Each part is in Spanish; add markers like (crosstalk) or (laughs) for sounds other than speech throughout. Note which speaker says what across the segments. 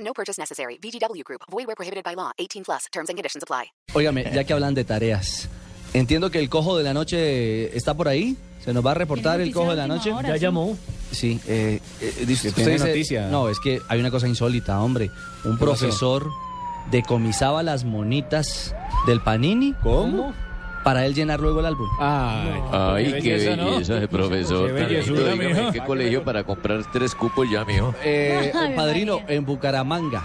Speaker 1: No purchase necessary. VGW Group. Void where prohibited by law. 18 plus. Terms and conditions apply.
Speaker 2: Óigame, ya que hablan de tareas, entiendo que el cojo de la noche está por ahí. ¿Se nos va a reportar
Speaker 3: Tiene
Speaker 2: el cojo de la noche?
Speaker 3: noticia de última hora, Ya sí. llamó.
Speaker 2: Sí. eh, eh, dice- usted dice- No, es que hay una cosa insólita, hombre. Un profesor decomisaba las monitas del Panini.
Speaker 4: ¿Cómo?
Speaker 2: Para él llenar luego el álbum.
Speaker 5: Ah.
Speaker 4: Ay,
Speaker 5: Ay, qué
Speaker 4: belleza, ¿no?
Speaker 5: belleza de profesor.
Speaker 4: Qué
Speaker 5: Carlito,
Speaker 4: bellezura,
Speaker 5: dígame,
Speaker 4: mijo.
Speaker 5: ¿en qué colegio para comprar tres cupos ya, mijo?
Speaker 6: (laughs)
Speaker 2: Eh,
Speaker 3: Ave
Speaker 2: padrino,
Speaker 3: María.
Speaker 2: en Bucaramanga.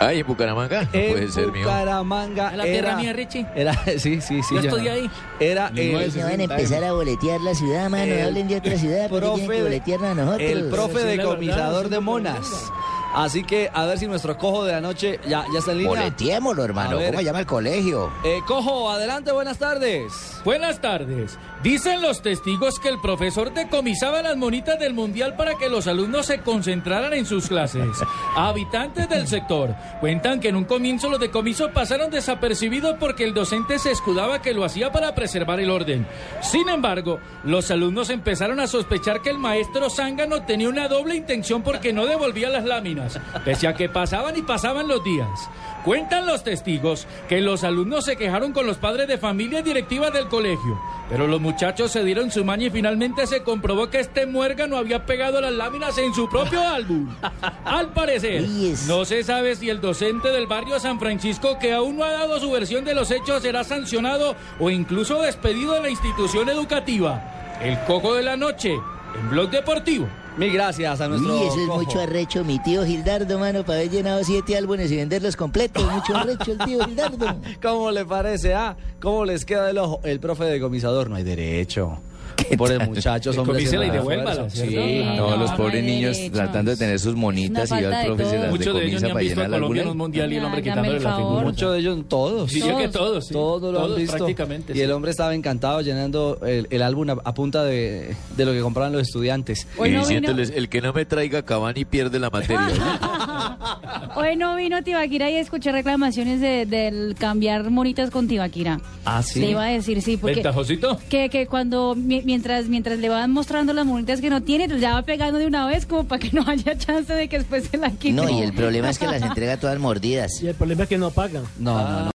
Speaker 5: Ay, ¿en Bucaramanga? No
Speaker 2: en
Speaker 5: puede ser, mijo.
Speaker 2: Bucaramanga.
Speaker 6: A la
Speaker 2: era,
Speaker 6: tierra mía, Richie.
Speaker 2: Era, (laughs) sí, sí, sí.
Speaker 6: Yo estudié ahí.
Speaker 2: Era eh, el,
Speaker 7: Ya van a empezar a boletear la ciudad, mano.
Speaker 2: Pues, El
Speaker 7: Hablen de otra ciudad, pero tienen que boletearnos a nosotros.
Speaker 2: El profe
Speaker 4: Esa es la
Speaker 2: decomisador
Speaker 4: verdad,
Speaker 2: de
Speaker 4: esa es la
Speaker 2: monas. Así que a ver si nuestro cojo de la noche ya, ya está en línea.
Speaker 7: Boleteémoslo, hermano.
Speaker 2: A ver.
Speaker 7: ¿Cómo se llama el colegio?
Speaker 2: Eh, cojo, adelante, buenas tardes.
Speaker 6: Buenas tardes. Dicen los testigos que el profesor decomisaba las monitas del mundial para que los alumnos se concentraran en sus clases.
Speaker 3: (laughs)
Speaker 6: Habitantes del sector cuentan que en un comienzo los decomisos pasaron desapercibidos porque el docente se escudaba que lo hacía para preservar el orden. Sin embargo, los alumnos empezaron a sospechar que el maestro Zángano tenía una doble intención porque no devolvía las láminas, pese a que pasaban y pasaban los días. Cuentan los testigos que los alumnos se quejaron con los padres de familia y directivas del colegio, pero los muchachos se dieron su maña y finalmente se comprobó que este muérgano había pegado las láminas en su propio álbum. Al parecer,
Speaker 7: Yes.
Speaker 6: no se sabe si el docente del barrio San Francisco, que aún no ha dado su versión de los hechos, será sancionado o incluso despedido de la institución educativa. El coco de la noche, en Blog Deportivo.
Speaker 2: Mil gracias a nuestro.
Speaker 7: Uy, eso es
Speaker 2: cojo.
Speaker 7: mucho arrecho, mi tío Gildardo, mano, para haber llenado siete álbumes y venderlos completos. Mucho arrecho el tío
Speaker 2: (laughs)
Speaker 7: Gildardo.
Speaker 2: (laughs) ¿Cómo le parece? Ah, ¿cómo les queda el ojo? El profe decomisador no hay derecho.
Speaker 7: (laughs)
Speaker 2: Por el muchacho, hombre. haciendo
Speaker 6: Decomisela y devuélvala,
Speaker 2: esfuerzo.
Speaker 6: ¿cierto?
Speaker 2: Sí.
Speaker 6: Ah,
Speaker 3: no,
Speaker 5: No, los
Speaker 3: no
Speaker 5: pobres
Speaker 3: hay
Speaker 5: niños
Speaker 3: derechos.
Speaker 5: tratando de tener sus monitas
Speaker 3: Una
Speaker 5: y va
Speaker 3: falta
Speaker 5: el
Speaker 3: de
Speaker 5: profe y se
Speaker 3: todo.
Speaker 5: las
Speaker 6: Muchos de ellos ni
Speaker 5: decomisan
Speaker 6: han
Speaker 5: para
Speaker 6: visto a
Speaker 5: llenar la
Speaker 6: Colombia en
Speaker 5: alguna.
Speaker 6: un mundial y el hombre
Speaker 3: Hágame
Speaker 6: quitándole
Speaker 3: el
Speaker 6: la
Speaker 3: favor.
Speaker 6: figura.
Speaker 2: Muchos de ellos, todos.
Speaker 6: Diría que todos, sí.
Speaker 2: Todos lo han
Speaker 6: Todos,
Speaker 2: visto.
Speaker 6: prácticamente,
Speaker 2: y
Speaker 6: sí.
Speaker 2: el hombre estaba encantado llenando el, el álbum a, a punta de, de lo que compraban los estudiantes.
Speaker 3: Hoy
Speaker 5: y
Speaker 3: no, vino,
Speaker 5: diciéndoles, el que no me traiga Cavani pierde la
Speaker 3: (laughs)
Speaker 5: materia.
Speaker 3: hoy no vino Tibaquira y escuché reclamaciones de- del cambiar monitas con Tibaquira.
Speaker 2: Ah,
Speaker 3: Te iba a decir, sí, porque...
Speaker 6: ¿Ventajosito?
Speaker 3: Que, que cuando, mi- mientras, mientras le van mostrando las monitas que no tiene, pues ya va pegando de una vez como para que no haya chance de que después se la quiten.
Speaker 7: No, y el problema es que las entrega todas mordidas.
Speaker 4: Y el problema es que no pagan.
Speaker 2: No, no, no.